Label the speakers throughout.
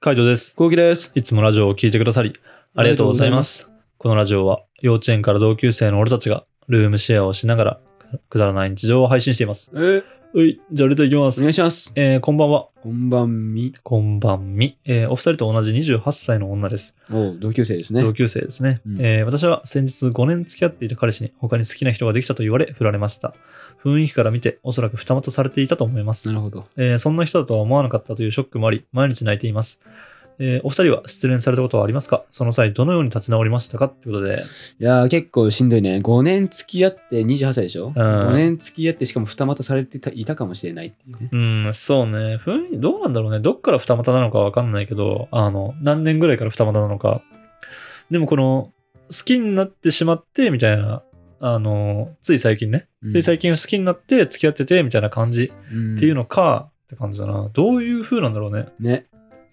Speaker 1: カイジョです。
Speaker 2: こうきです。
Speaker 1: いつもラジオを聞いてくださり、ありがとうございます。このラジオは、幼稚園から同級生の俺たちが、ルームシェアをしながら、くだらない日常を配信しています。
Speaker 2: えー、
Speaker 1: はい、じゃあ、レターいきま
Speaker 2: お
Speaker 1: す。
Speaker 2: 願いします。
Speaker 1: えー、こんばんは。
Speaker 2: こんばんみ。
Speaker 1: こんばんみ。えー、お二人と同じ28歳の女です。
Speaker 2: おう同級生ですね。
Speaker 1: 同級生ですね、
Speaker 2: うん
Speaker 1: えー私は先日5年付き合っていた彼氏に他に好きな人ができたと言われ振られました雰囲気から見ておそらく二股されていたと思います
Speaker 2: な、るほど。
Speaker 1: えーそんな人だとは思わなかったというショックもあり毎日泣いています、えーお二人は失恋されたことはありますかその際どのように立ち直りましたかってことで
Speaker 2: いやー、結構しんどいね。5年付き合って28歳でしょ、?5 年付き合ってしかも二股されてたいたかもしれないっていうね。
Speaker 1: うんそうね雰囲気どうなんだろうねどっから二股なのかわかんないけどあの何年ぐらいから二股なのかでもこの好きになってしまってみたいなあのつい最近ねつい最近好きになって付き合っててみたいな感じ
Speaker 2: 近
Speaker 1: っていう
Speaker 2: の。
Speaker 1: のかって感じだな。どういう風なんだろうね。
Speaker 2: ね、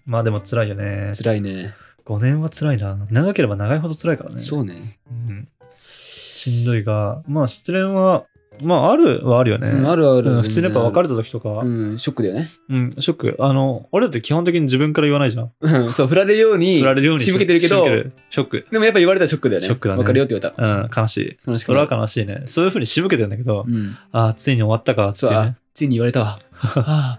Speaker 1: まあでも辛いよね。
Speaker 2: 辛いね。
Speaker 1: 5年は辛いな。長ければ長いほど辛いからね。
Speaker 2: そうね。
Speaker 1: うんしんどいが、まあ失恋は、まああるはあるよね。
Speaker 2: うんあるある
Speaker 1: うん普通にやっぱ別れた時とか、う、
Speaker 2: うんん、ショックだよね。
Speaker 1: ショック。あの、俺だって基本的に自分から言わないじゃん。
Speaker 2: うんそう、振られるように、
Speaker 1: 振られるように
Speaker 2: 仕向けてるけど、
Speaker 1: ショック。
Speaker 2: でもやっぱ言われたらショックだよね。
Speaker 1: ショックだね
Speaker 2: 別れようって言われ
Speaker 1: う
Speaker 2: た
Speaker 1: ん、悲しい。
Speaker 2: ら。悲しく
Speaker 1: そ
Speaker 2: な
Speaker 1: れ
Speaker 2: る
Speaker 1: は悲しいね。そういう風に仕向けてんだけど、
Speaker 2: うん。
Speaker 1: ああ、ついに終わったかって
Speaker 2: そう、
Speaker 1: いうね
Speaker 2: あ。、ついに言われ たわ。あ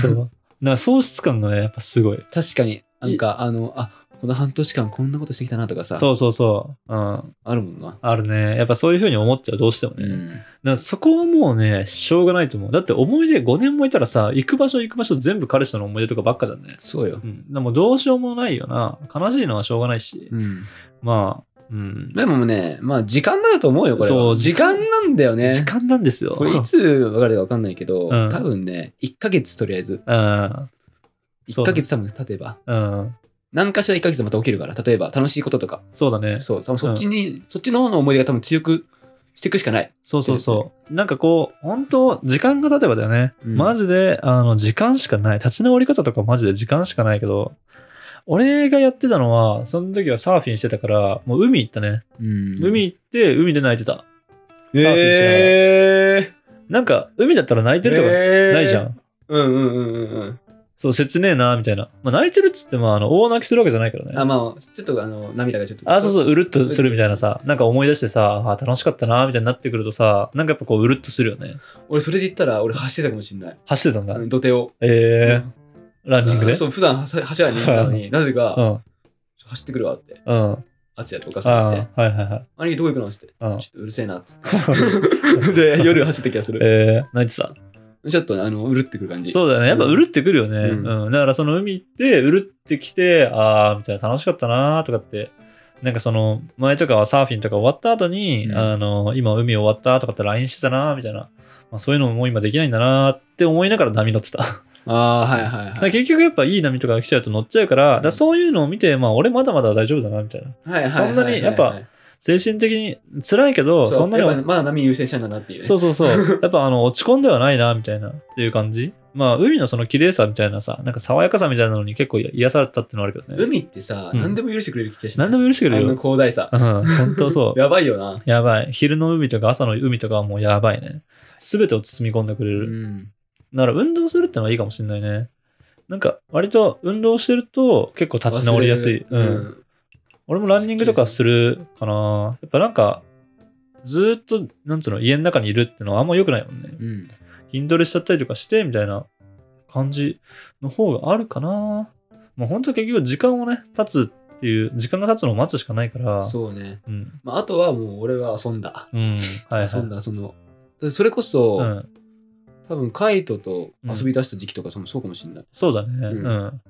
Speaker 1: そう。なんか喪失感がね、やっぱすごい。
Speaker 2: ー確かに、なんか、あの、あ、この半年間こんなことしてきたなとかさ、
Speaker 1: そうそうそう。うん。
Speaker 2: あるもんな。
Speaker 1: あるね。やっぱそういうふうに思っちゃう、どうしてもね。だからそこはもうね、しょうがないと思う。だって思い出5年もいたらさ、行く場所行く場所全部彼氏との思い出とかばっかじゃんね。
Speaker 2: そうよ
Speaker 1: う。ん。でもどうしようもないよな。悲しいのはしょうがないし。
Speaker 2: うん。
Speaker 1: まあ、うん。
Speaker 2: でもね、まあ時間だと思うよ、これは。
Speaker 1: そう
Speaker 2: 時間なんだよ
Speaker 1: 時
Speaker 2: ね。
Speaker 1: 間なんですよ。
Speaker 2: これいつ分かるか分かんないけど、
Speaker 1: うん
Speaker 2: 多分ね、1ヶ月とりあえず。
Speaker 1: うん。そ
Speaker 2: 1
Speaker 1: うだ
Speaker 2: ヶ月多分経てば。
Speaker 1: うん。
Speaker 2: 何かしら1ヶ月また起きるから。例えば楽しいこととか。
Speaker 1: そうだね。
Speaker 2: そう、多分そっちに、そっちの方の思い出が多分強くしていくしかない。
Speaker 1: そうそうそう。なんかこう、本当時間が経てばだよね。
Speaker 2: うん
Speaker 1: マジで、あの、時間しかない。立ち直り方とかマジで時間しかないけど、俺がやってたのは、その時はサーフィンしてたから、もう海行ったね。
Speaker 2: うん
Speaker 1: 海行って、海で泣いてた。
Speaker 2: え
Speaker 1: サーフィンしながら
Speaker 2: え
Speaker 1: なんか、海だったら泣いてるとかないじゃん。。
Speaker 2: うんうんうんうん
Speaker 1: そう、切ねえな、みたいな。まあ、泣いてるっつっても、あの、大泣きするわけじゃないから
Speaker 2: う
Speaker 1: ね
Speaker 2: ん。。あ、まあ、ちょっとあの、涙がちょっと。
Speaker 1: あ、そうそう、うるっとするみたいなさ、なんか思い出してさ、あ、楽しかったな、みたいになってくるとさ、なんかやっぱこう、うるっとするよね。
Speaker 2: 俺、それで言ったら、俺走ってたかもしれない。
Speaker 1: 走ってたん
Speaker 2: あ
Speaker 1: だ。
Speaker 2: の土手を。
Speaker 1: えー、ランニングで。
Speaker 2: そう、普段走走らない人なのに、なぜ
Speaker 1: う
Speaker 2: か、
Speaker 1: ん。
Speaker 2: 走ってくるわって、
Speaker 1: うん。
Speaker 2: 敦也とお母さんって
Speaker 1: あ。あ、はいはいはい。
Speaker 2: 兄貴どこ行くのっつって、ち
Speaker 1: う
Speaker 2: ょ
Speaker 1: ん
Speaker 2: っ。とうるせえなっつって。 で、夜走った気がする。
Speaker 1: えー、泣いてた。
Speaker 2: ちょっとねあの、うるってくる感じ。
Speaker 1: そうだよね。やっぱうるってくるよね。
Speaker 2: う
Speaker 1: うん。だからその海行って、うるってきて、あー、みたいな、楽しかったなーとかって。なんかその、前とかはサーフィンとか終わった後に、
Speaker 2: うん
Speaker 1: あの、今海終わったとかって LINE してたなーみたいな。まあそういうのももう今できないんだなーって思いながら波乗ってた。だか
Speaker 2: ああ、はいはいは
Speaker 1: ら
Speaker 2: い。
Speaker 1: 結局やっぱいい波とかが来ちゃうと乗っちゃうから、だからそういうのを見て、まあ俺まだまだ大丈夫だな、みたいな。
Speaker 2: はいはいはい
Speaker 1: そんなにやっぱ、精神的に辛いけ
Speaker 2: そ
Speaker 1: ど、
Speaker 2: う
Speaker 1: そんなに
Speaker 2: や
Speaker 1: は
Speaker 2: っぱまだ波優先したんだなっていうね。
Speaker 1: そうそう そう。やっぱあの落ち込んではないな、みたいな、っていう感じ。まあ、海のその綺麗さみたいなさ、なんか爽やかさみたいなのに結構癒されたっていうのはあるけどね。
Speaker 2: 海ってさ、
Speaker 1: うん
Speaker 2: 何でも許してくれる気がしない。
Speaker 1: 何でも許してくれる
Speaker 2: あ
Speaker 1: よ。う
Speaker 2: の
Speaker 1: ん、
Speaker 2: 広大さ。
Speaker 1: 本当そう。
Speaker 2: や ばいよな。
Speaker 1: やばい。昼の海とか朝の海とかはもうやばいね。すべてを包み込んでくれ
Speaker 2: う
Speaker 1: る。
Speaker 2: ん。
Speaker 1: だから運動するってのはいいかもしれないね。なんか、割と運動してると結構立ち直りやすい。
Speaker 2: 忘
Speaker 1: う
Speaker 2: れる
Speaker 1: ん。俺もランニングとかするかな。やっぱなんか、ずーっと、なんつうの、家の中にいるってのはあんま良くないもんね。
Speaker 2: うん。うん
Speaker 1: 筋トレしちゃったりとかしてみたいな感じの方があるかな。もう本当結局時間をね、経つっていう、時間が経つのを待つしかないから。う。
Speaker 2: そうね。
Speaker 1: ん。
Speaker 2: まあ、あとはもう俺は遊んだ。
Speaker 1: うん。はい、はい。
Speaker 2: 遊ん
Speaker 1: だ。
Speaker 2: だ、その、それこ
Speaker 1: う
Speaker 2: そ、
Speaker 1: ん。
Speaker 2: 多分カイトと遊び出した時期とかそうかもしれない。
Speaker 1: そうだね。う。
Speaker 2: うんん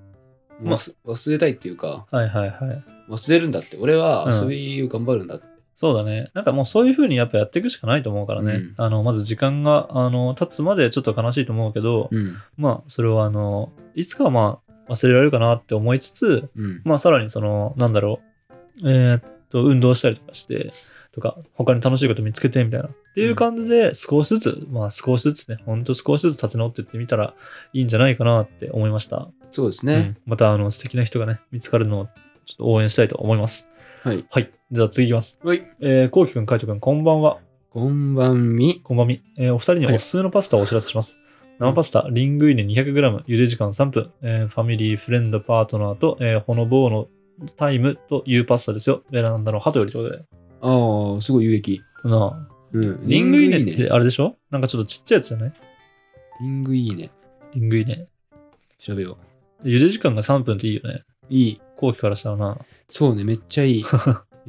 Speaker 1: まあ
Speaker 2: 忘忘れたいっていうか、
Speaker 1: はいはいはい。
Speaker 2: 忘れるんだって俺は遊びを頑張るんだって、
Speaker 1: そうだね。なんかもうそういう風にやっぱやっていくしかないと思うからね。
Speaker 2: うん
Speaker 1: あの、まず時間が、あの、経つまでちょっと悲しいと思うけど、
Speaker 2: うん
Speaker 1: まあ、それはあの、いつかはまあ、忘れられるかなって思いつつ、
Speaker 2: うん
Speaker 1: まあ、さらにその、なんだろう、えーっと、運動したりとかして、とか、他に楽しいこと見つけてみたいな。っていう感じで、少しずつ、まあ少しずつね、ほんと少しずつ立ち直っていってみたらいいんじゃないかなって思いました。
Speaker 2: そうです
Speaker 1: う
Speaker 2: ね、
Speaker 1: んまた、あの、素敵な人がね、見つかるのをちょっと応援したいと思います。
Speaker 2: はい
Speaker 1: はい。じゃあ次いきます。
Speaker 2: はい
Speaker 1: えー、こうきくん、かいとくん、こんばんは。
Speaker 2: こんばんみ
Speaker 1: こんばんみ。えーお二人におすすめのパスタをお知らせします。生パスタ、リングイネ 200g、茹で時間3分、えーファミリー、フレンド、パートナーと、えーほのぼうのタイムというパスタですよ。ベランダの鳩よりということで。
Speaker 2: ああ、すごい有益。
Speaker 1: なあ
Speaker 2: うん。
Speaker 1: リングイネってあれでしょなんかちょっとちっちゃいやつじゃない
Speaker 2: リングいいね。
Speaker 1: リングイネ。
Speaker 2: 調べよ
Speaker 1: 茹で時間が3分っていいよね。
Speaker 2: う。いい。
Speaker 1: 後期からしたらな。
Speaker 2: そうね、めっち ゃいい。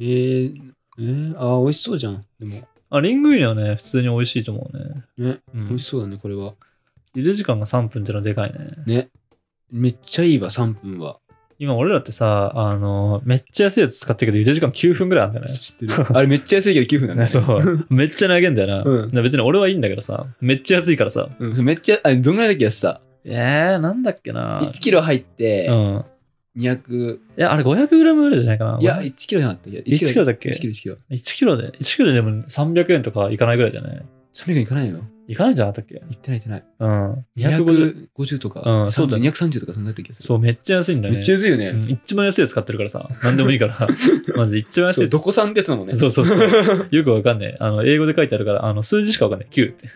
Speaker 2: えー、えー、ああ、美味しそうじゃん。でも、
Speaker 1: あ、リングイネはね、普通に美味しいと思うね。
Speaker 2: ね、
Speaker 1: う
Speaker 2: 美
Speaker 1: ん
Speaker 2: 味。しそうだね、これは。
Speaker 1: 茹で時間が3分ってのはでかいね。
Speaker 2: ね。めっちゃいいわ、3分は。
Speaker 1: 今俺らってさ、あの、めっちゃ安いやつ使ってるけど、茹で時間9分ぐらいあるんだよね。
Speaker 2: 知ってる。あれめっちゃ安いけど9分だね。
Speaker 1: ね、 そう。めっちゃ投げんだよな。
Speaker 2: うん
Speaker 1: で別に俺はいいんだけどさ、めっちゃ安いからさ。
Speaker 2: うん。そうめっちゃ、あどんぐらいだっけ安さ。
Speaker 1: えー、なんだっけな。
Speaker 2: 1キロ入って
Speaker 1: うん。
Speaker 2: 200、
Speaker 1: いや、あれ 500g ぐらいじゃないかな。
Speaker 2: いや、1キロじゃなかったっけ ?1
Speaker 1: 1キロだっけ
Speaker 2: ?1 キロ、1キロ。
Speaker 1: 1キロで、1キロででも300円とかいかないぐらいじゃない
Speaker 2: 300円いかないよ。
Speaker 1: いかないんじゃなかったっけ
Speaker 2: いってない、いってない。
Speaker 1: うん。250。
Speaker 2: 250とか、
Speaker 1: うんそうだね
Speaker 2: 230とかそんなやった気がする。
Speaker 1: そう、めっちゃ安いんだよね。
Speaker 2: めっちゃ安いよ
Speaker 1: う
Speaker 2: ね。
Speaker 1: ん一番安いやつ買ってるからさ。なんでもいい から。まず一番安い
Speaker 2: そ
Speaker 1: や
Speaker 2: う
Speaker 1: つ。
Speaker 2: どこさんってやつだもんね。
Speaker 1: そうそうそう。よくわかんねえ。あの、英語で書いてあるから、あの、数字しかわかんねえ。9って。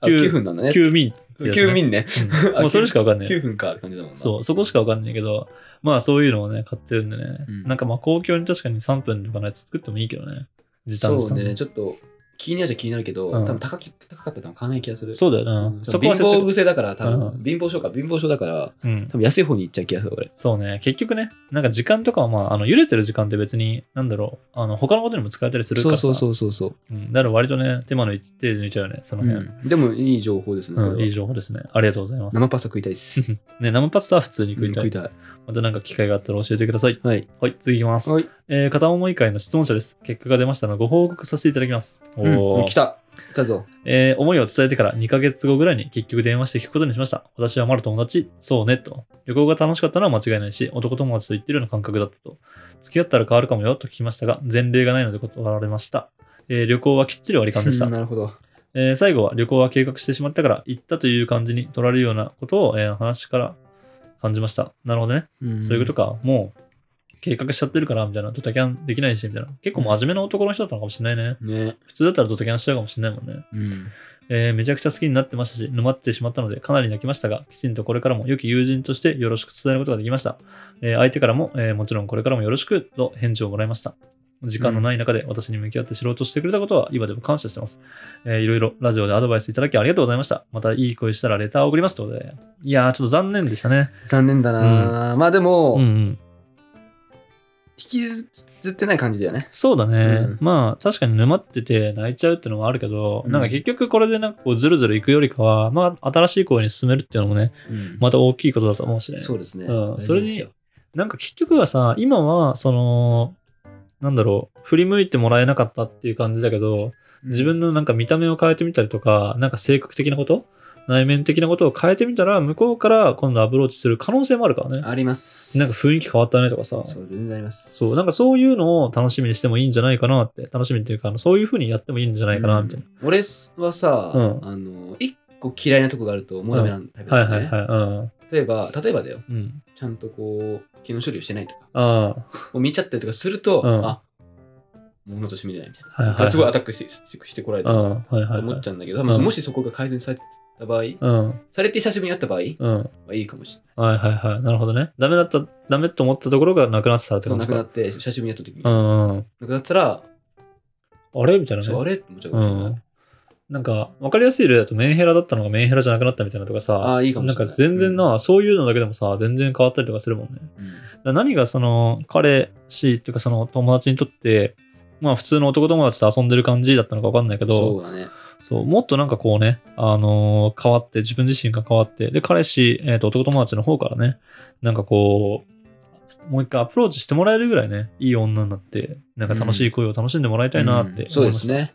Speaker 2: あ
Speaker 1: 九
Speaker 2: 9分なんだね。
Speaker 1: 9ミンってやつね。
Speaker 2: 9民ね。
Speaker 1: うんもうそれしかわかんねえ。
Speaker 2: 9分かって感じだもんな。
Speaker 1: そう、そこしかわかんないけど、まあそういうのをね、買ってるんでね。
Speaker 2: うん
Speaker 1: なんかまあ公共に確かに3分とかのやつ作ってもいいけどね。時短
Speaker 2: そ
Speaker 1: 時
Speaker 2: う
Speaker 1: 短
Speaker 2: ね、ちょっと気になるじゃ気になるけど、
Speaker 1: うん
Speaker 2: 多分高き高かったら買わない気がする。
Speaker 1: そうだよな、
Speaker 2: うん
Speaker 1: そこ
Speaker 2: 貧
Speaker 1: は節約
Speaker 2: 乏癖だから、多分、
Speaker 1: うん
Speaker 2: 貧乏症か、貧乏症だから、
Speaker 1: うん。
Speaker 2: 多分安い方に行っちゃう気がする、俺。
Speaker 1: そうね。結局ね、なんか時間とかはまあ、あの、揺れてる時間って別に、なんだろう、あの、他のことにも使えたりするか
Speaker 2: そ
Speaker 1: ら
Speaker 2: う
Speaker 1: さ。
Speaker 2: そうそうそうそう、
Speaker 1: うんだから割とね、手間の一定で抜いちゃうよね、その辺。うん
Speaker 2: でもいい情報ですね、これは
Speaker 1: うん、いい情報ですね。ありがとうございます。
Speaker 2: 生パスタ食いたいです。
Speaker 1: ね、生パスタは普通に 食
Speaker 2: うん
Speaker 1: いた
Speaker 2: 食
Speaker 1: い。
Speaker 2: いたい。
Speaker 1: またなんか機会があったら教えてください。
Speaker 2: はい。
Speaker 1: はい、次いきます。
Speaker 2: はい。
Speaker 1: えー片思い会の質問者です。結果が出ましたのでご報告させていただきます。お
Speaker 2: う
Speaker 1: ー
Speaker 2: ん、来た。来たぞ。
Speaker 1: えー思いを伝えてから2ヶ月後ぐらいに結局電話して聞くことにしました。私はまだ友達、そうね、と。旅行が楽しかったのは間違いないし、男友達と言ってるような感覚だったと。付き合ったら変わるかもよ、と聞きましたが、前例がないので断られました。えー旅行はきっちり割り勘でした
Speaker 2: うん。なるほど。
Speaker 1: えー最後は旅行は計画してしまったから、行ったという感じに取られるようなことを、えー話から感じました。なるほどね。
Speaker 2: うん
Speaker 1: そういうことか。もう、計画しちゃってるから、みたいな。ドタキャンできないし、みたいな。結構真面目な男の人だったのかもしれないね。
Speaker 2: ね。
Speaker 1: 普通だったらドタキャンしちゃうかもしれないもんね。
Speaker 2: うん。
Speaker 1: えーめちゃくちゃ好きになってましたし、沼ってしまったので、かなり泣きましたが、きちんとこれからも良き友人としてよろしく伝えることができました。えー相手からも、えーもちろんこれからもよろしくと返事をもらいました。時間のない中で私に向き合って知ろうとしてくれたことは今でも感謝してます。えーいろいろラジオでアドバイスいただきありがとうございました。またいい声したらレターを送りますということで。いやー、ちょっと残念でしたね。
Speaker 2: 残念だな、まあでも、
Speaker 1: うんうん。
Speaker 2: 引きずってない感じだよね。
Speaker 1: そうだね。
Speaker 2: うん
Speaker 1: まあ、確かに沼ってて泣いちゃうってのはあるけど、
Speaker 2: うん
Speaker 1: なんか結局これでなんかこう、ずるずるいくよりかは、まあ、新しい声に進めるっていうのもね、
Speaker 2: うん
Speaker 1: また大きいことだと思うしね。
Speaker 2: そうですね。
Speaker 1: うんそれに
Speaker 2: 大事ですよ
Speaker 1: なんか結局はさ、今は、その、なんだろう、振り向いてもらえなかったっていう感じだけど、自分のなんか見た目を変えてみたりとか、なんか性格的なこと内面的なことを変えてみたら、向こうから今度アプローチする可能性もあるからね。
Speaker 2: あります。
Speaker 1: なんか雰囲気変わったねとかさ。
Speaker 2: そう、全然あります。
Speaker 1: そう、なんかそういうのを楽しみにしてもいいんじゃないかなって、楽しみっていうか、あのそういう風にやってもいいんじゃないかな、みたいな。
Speaker 2: うん俺はさ、
Speaker 1: うん
Speaker 2: あの、一個嫌いなとこがあると、もうダメなんタイプ
Speaker 1: は
Speaker 2: だ
Speaker 1: い
Speaker 2: よ
Speaker 1: は
Speaker 2: ね、
Speaker 1: いは
Speaker 2: 例えば、例えばだよ、
Speaker 1: い。うん。うん。
Speaker 2: ちゃんとこう、機能処理をしてないとか、
Speaker 1: あ
Speaker 2: を見ちゃったりとかすると、
Speaker 1: うん
Speaker 2: あ、物として見れないみたいな。
Speaker 1: あ。はい
Speaker 2: だか
Speaker 1: は
Speaker 2: ら
Speaker 1: い。
Speaker 2: すごい
Speaker 1: い。
Speaker 2: アタックしてしてしてこられ
Speaker 1: う
Speaker 2: た
Speaker 1: ん。
Speaker 2: と
Speaker 1: はいはい
Speaker 2: 思
Speaker 1: は
Speaker 2: っ
Speaker 1: い。
Speaker 2: ちゃうんだけど、
Speaker 1: うん
Speaker 2: もしそこが改善された場合、
Speaker 1: うん。
Speaker 2: されて久しぶりに会った場合、
Speaker 1: うん。
Speaker 2: まあ、いいかもしれない。
Speaker 1: はいはいはい。なるほどね。ダメだった、ダメと思ったところがなくなってたらって感
Speaker 2: な
Speaker 1: じ
Speaker 2: く
Speaker 1: か
Speaker 2: なっ。て、久しぶりに会った時に、
Speaker 1: う
Speaker 2: な、
Speaker 1: んうん。
Speaker 2: くなったら、
Speaker 1: あれみたいな
Speaker 2: そうあ
Speaker 1: ね。
Speaker 2: れって思っちゃうか
Speaker 1: う
Speaker 2: もしれない。
Speaker 1: ん。なんか、わかりやすい例だとメンヘラだったのがメンヘラじゃなくなったみたいなとかさ。
Speaker 2: あーいいかもしれない
Speaker 1: んか全然な、そういうのだけでもさ、全然変わったりとかするもんね。
Speaker 2: うん
Speaker 1: だから何がその、彼氏っていうかその友達にとって、まあ普通の男友達と遊んでる感じだったのかわかんないけど、
Speaker 2: そうだね。
Speaker 1: そう、もっとなんかこうね、あのー変わって、自分自身が変わって、で、彼氏、えっ、と、男友達の方からね、なんかこう、もう一回アプローチしてもらえるぐらいね、いい女になって、なんか楽しい恋を楽しんでもらいたいなって
Speaker 2: うんそう
Speaker 1: 思いま
Speaker 2: で
Speaker 1: し
Speaker 2: す
Speaker 1: た。
Speaker 2: ね。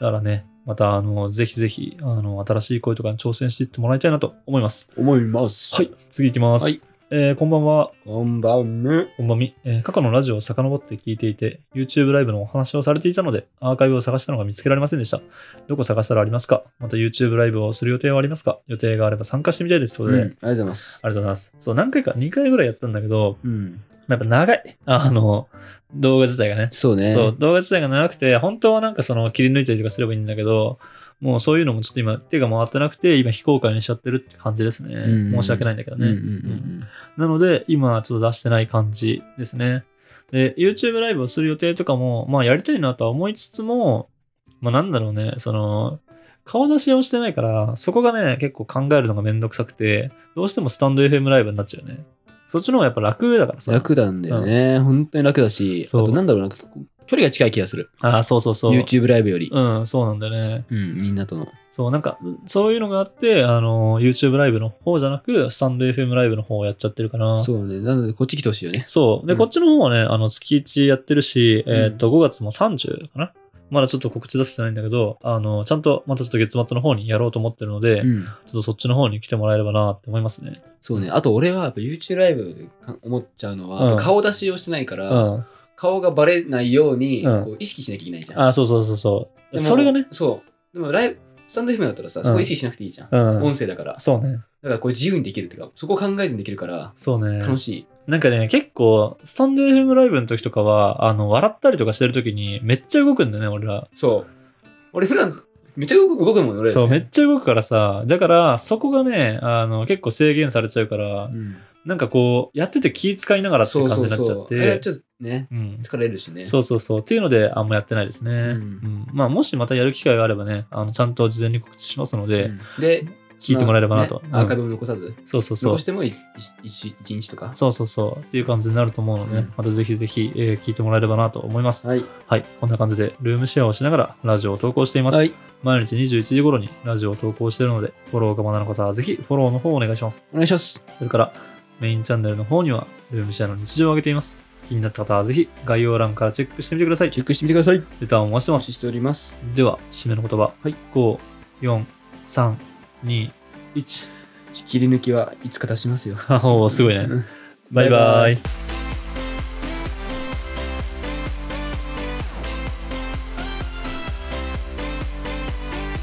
Speaker 1: だからね、また、あの、ぜひぜひ、あの、新しい恋とかに挑戦していってもらいたいなと思います。
Speaker 2: 思います。
Speaker 1: はい、次行きます。
Speaker 2: はい
Speaker 1: えーこんばんは。
Speaker 2: こんばんは。
Speaker 1: こんばんみ、えー過去のラジオを遡って聞いていて、YouTube ライブのお話をされていたので、アーカイブを探したのが見つけられませんでした。どこ探したらありますかまた YouTube ライブをする予定はありますか予定があれば参加してみたいです。といううんこ
Speaker 2: あ
Speaker 1: と
Speaker 2: り
Speaker 1: で、
Speaker 2: が
Speaker 1: あり
Speaker 2: とうございます。
Speaker 1: がとうございます。そう、何回か、2回ぐらいやったんだけど、
Speaker 2: うん。
Speaker 1: やっぱ長い。あの、動画自体がね。
Speaker 2: そうね。
Speaker 1: そう、動画自体が長くて、本当はなんかその切り抜いたりとかすればいいんだけど、もうそういうのもちょっと今手が回ってなくて、今非公開にしちゃってるって感じですね。
Speaker 2: うん
Speaker 1: 申し訳ないんだけど
Speaker 2: うんう
Speaker 1: ね。
Speaker 2: ん
Speaker 1: うんなので、今ちょっと出してない感じですね。で、YouTube ライブをする予定とかも、まあやりたいなとは思いつつも、まあなんだろうね、その、顔出しをしてないから、そこがね、結構考えるのがめんどくさくて、どうしてもスタンド FM ライブになっちゃうよね。そっちの方がやっぱ楽だから
Speaker 2: うん
Speaker 1: さ。
Speaker 2: 楽なんだよね、本当に楽だし、あ
Speaker 1: そう
Speaker 2: となんだろうな、距離が近い気がする。
Speaker 1: ああ、そうそうそう。
Speaker 2: YouTube ライブより。
Speaker 1: うん、そうなんだよね。
Speaker 2: うん、みんなとの。
Speaker 1: そう、なんか、そういうのがあって、あの、YouTube ライブの方じゃなく、スタンド FM ライブの方をやっちゃってるから。
Speaker 2: そうね。なので、こっち来てほしいよね。
Speaker 1: そう。で、
Speaker 2: うん
Speaker 1: こっちの方はね、あの、月1やってるし、
Speaker 2: うん
Speaker 1: えっ、と、5月も30かな。まだちょっと告知出せてないんだけど、あの、ちゃんとまたちょっと月末の方にやろうと思ってるので、ち
Speaker 2: う
Speaker 1: ょ
Speaker 2: ん。
Speaker 1: っとそっちの方に来てもらえればなって思いますね。
Speaker 2: そうね。あと、俺はやっぱ YouTube ライブでか思っちゃうのは、
Speaker 1: うん
Speaker 2: やっぱ顔出しをしてないか
Speaker 1: う
Speaker 2: ら、
Speaker 1: ん。
Speaker 2: 顔がバレないように、
Speaker 1: うん
Speaker 2: こう意識しなきゃいけないじゃん。
Speaker 1: あ、そうそうそうそう。
Speaker 2: でも
Speaker 1: それがね、
Speaker 2: そう。でも、ライブ、スタンド FM だったらさ、そこ意識しなくていいじゃん。
Speaker 1: うん。
Speaker 2: 音声だから。
Speaker 1: そうね。
Speaker 2: だから、これ自由にできるっていうか、そこを考えずにできるから、
Speaker 1: そうね。
Speaker 2: 楽しい。
Speaker 1: なんかね、結構、スタンド FM ライブの時とかは、あの、笑ったりとかしてる時に、めっちゃ動くんだよね、俺ら。
Speaker 2: そう。俺、普段、めっちゃ動く動くもんね、俺。
Speaker 1: そう、めっちゃ動くからさ、だから、そこがね、あの、結構制限されちゃうから、
Speaker 2: うん。
Speaker 1: なんかこう、やってて気遣いながらって
Speaker 2: そ
Speaker 1: 感じに
Speaker 2: うそう
Speaker 1: なっちゃ
Speaker 2: そ
Speaker 1: っ
Speaker 2: う。あれは
Speaker 1: て。
Speaker 2: ちょっとね、
Speaker 1: うん
Speaker 2: 疲れるしね。
Speaker 1: そうそうそう。っていうので、あんまやってないですね。
Speaker 2: ん
Speaker 1: うんまあ、もしまたやる機会があればね、あのちゃんと事前に告知しますの
Speaker 2: う
Speaker 1: で、
Speaker 2: んで、
Speaker 1: 聞いてもらえればなと。
Speaker 2: ねアーカイ
Speaker 1: うん
Speaker 2: ブも残さず。
Speaker 1: そうそうそう
Speaker 2: 残し。てもいい一一一日とか。
Speaker 1: そうそうそう。っていう感じになると思うので、ね
Speaker 2: うん
Speaker 1: またぜひぜひ、えー聞いてもらえればなと思います。
Speaker 2: はい。
Speaker 1: はい。こんな感じで、ルームシェアをしながらラジオを投稿しています。
Speaker 2: はい。
Speaker 1: 毎日21時頃にラジオを投稿しているので、フォローがまだの方はぜひフォローの方をお願いします。
Speaker 2: お願いします。
Speaker 1: それから、メインチャンネルの方には、ルームシェアの日常を上げています。気になった方はぜひ、概要欄からチェックしてみてください。
Speaker 2: チェックしてみてください。
Speaker 1: レターを回して
Speaker 2: お
Speaker 1: ま
Speaker 2: 待
Speaker 1: す。
Speaker 2: ちしております。
Speaker 1: では、締めの言葉。
Speaker 2: はい。
Speaker 1: 5、4、3、2、1。
Speaker 2: 切り抜きはいつか出しますよ。
Speaker 1: おーすごいね。バイバイ。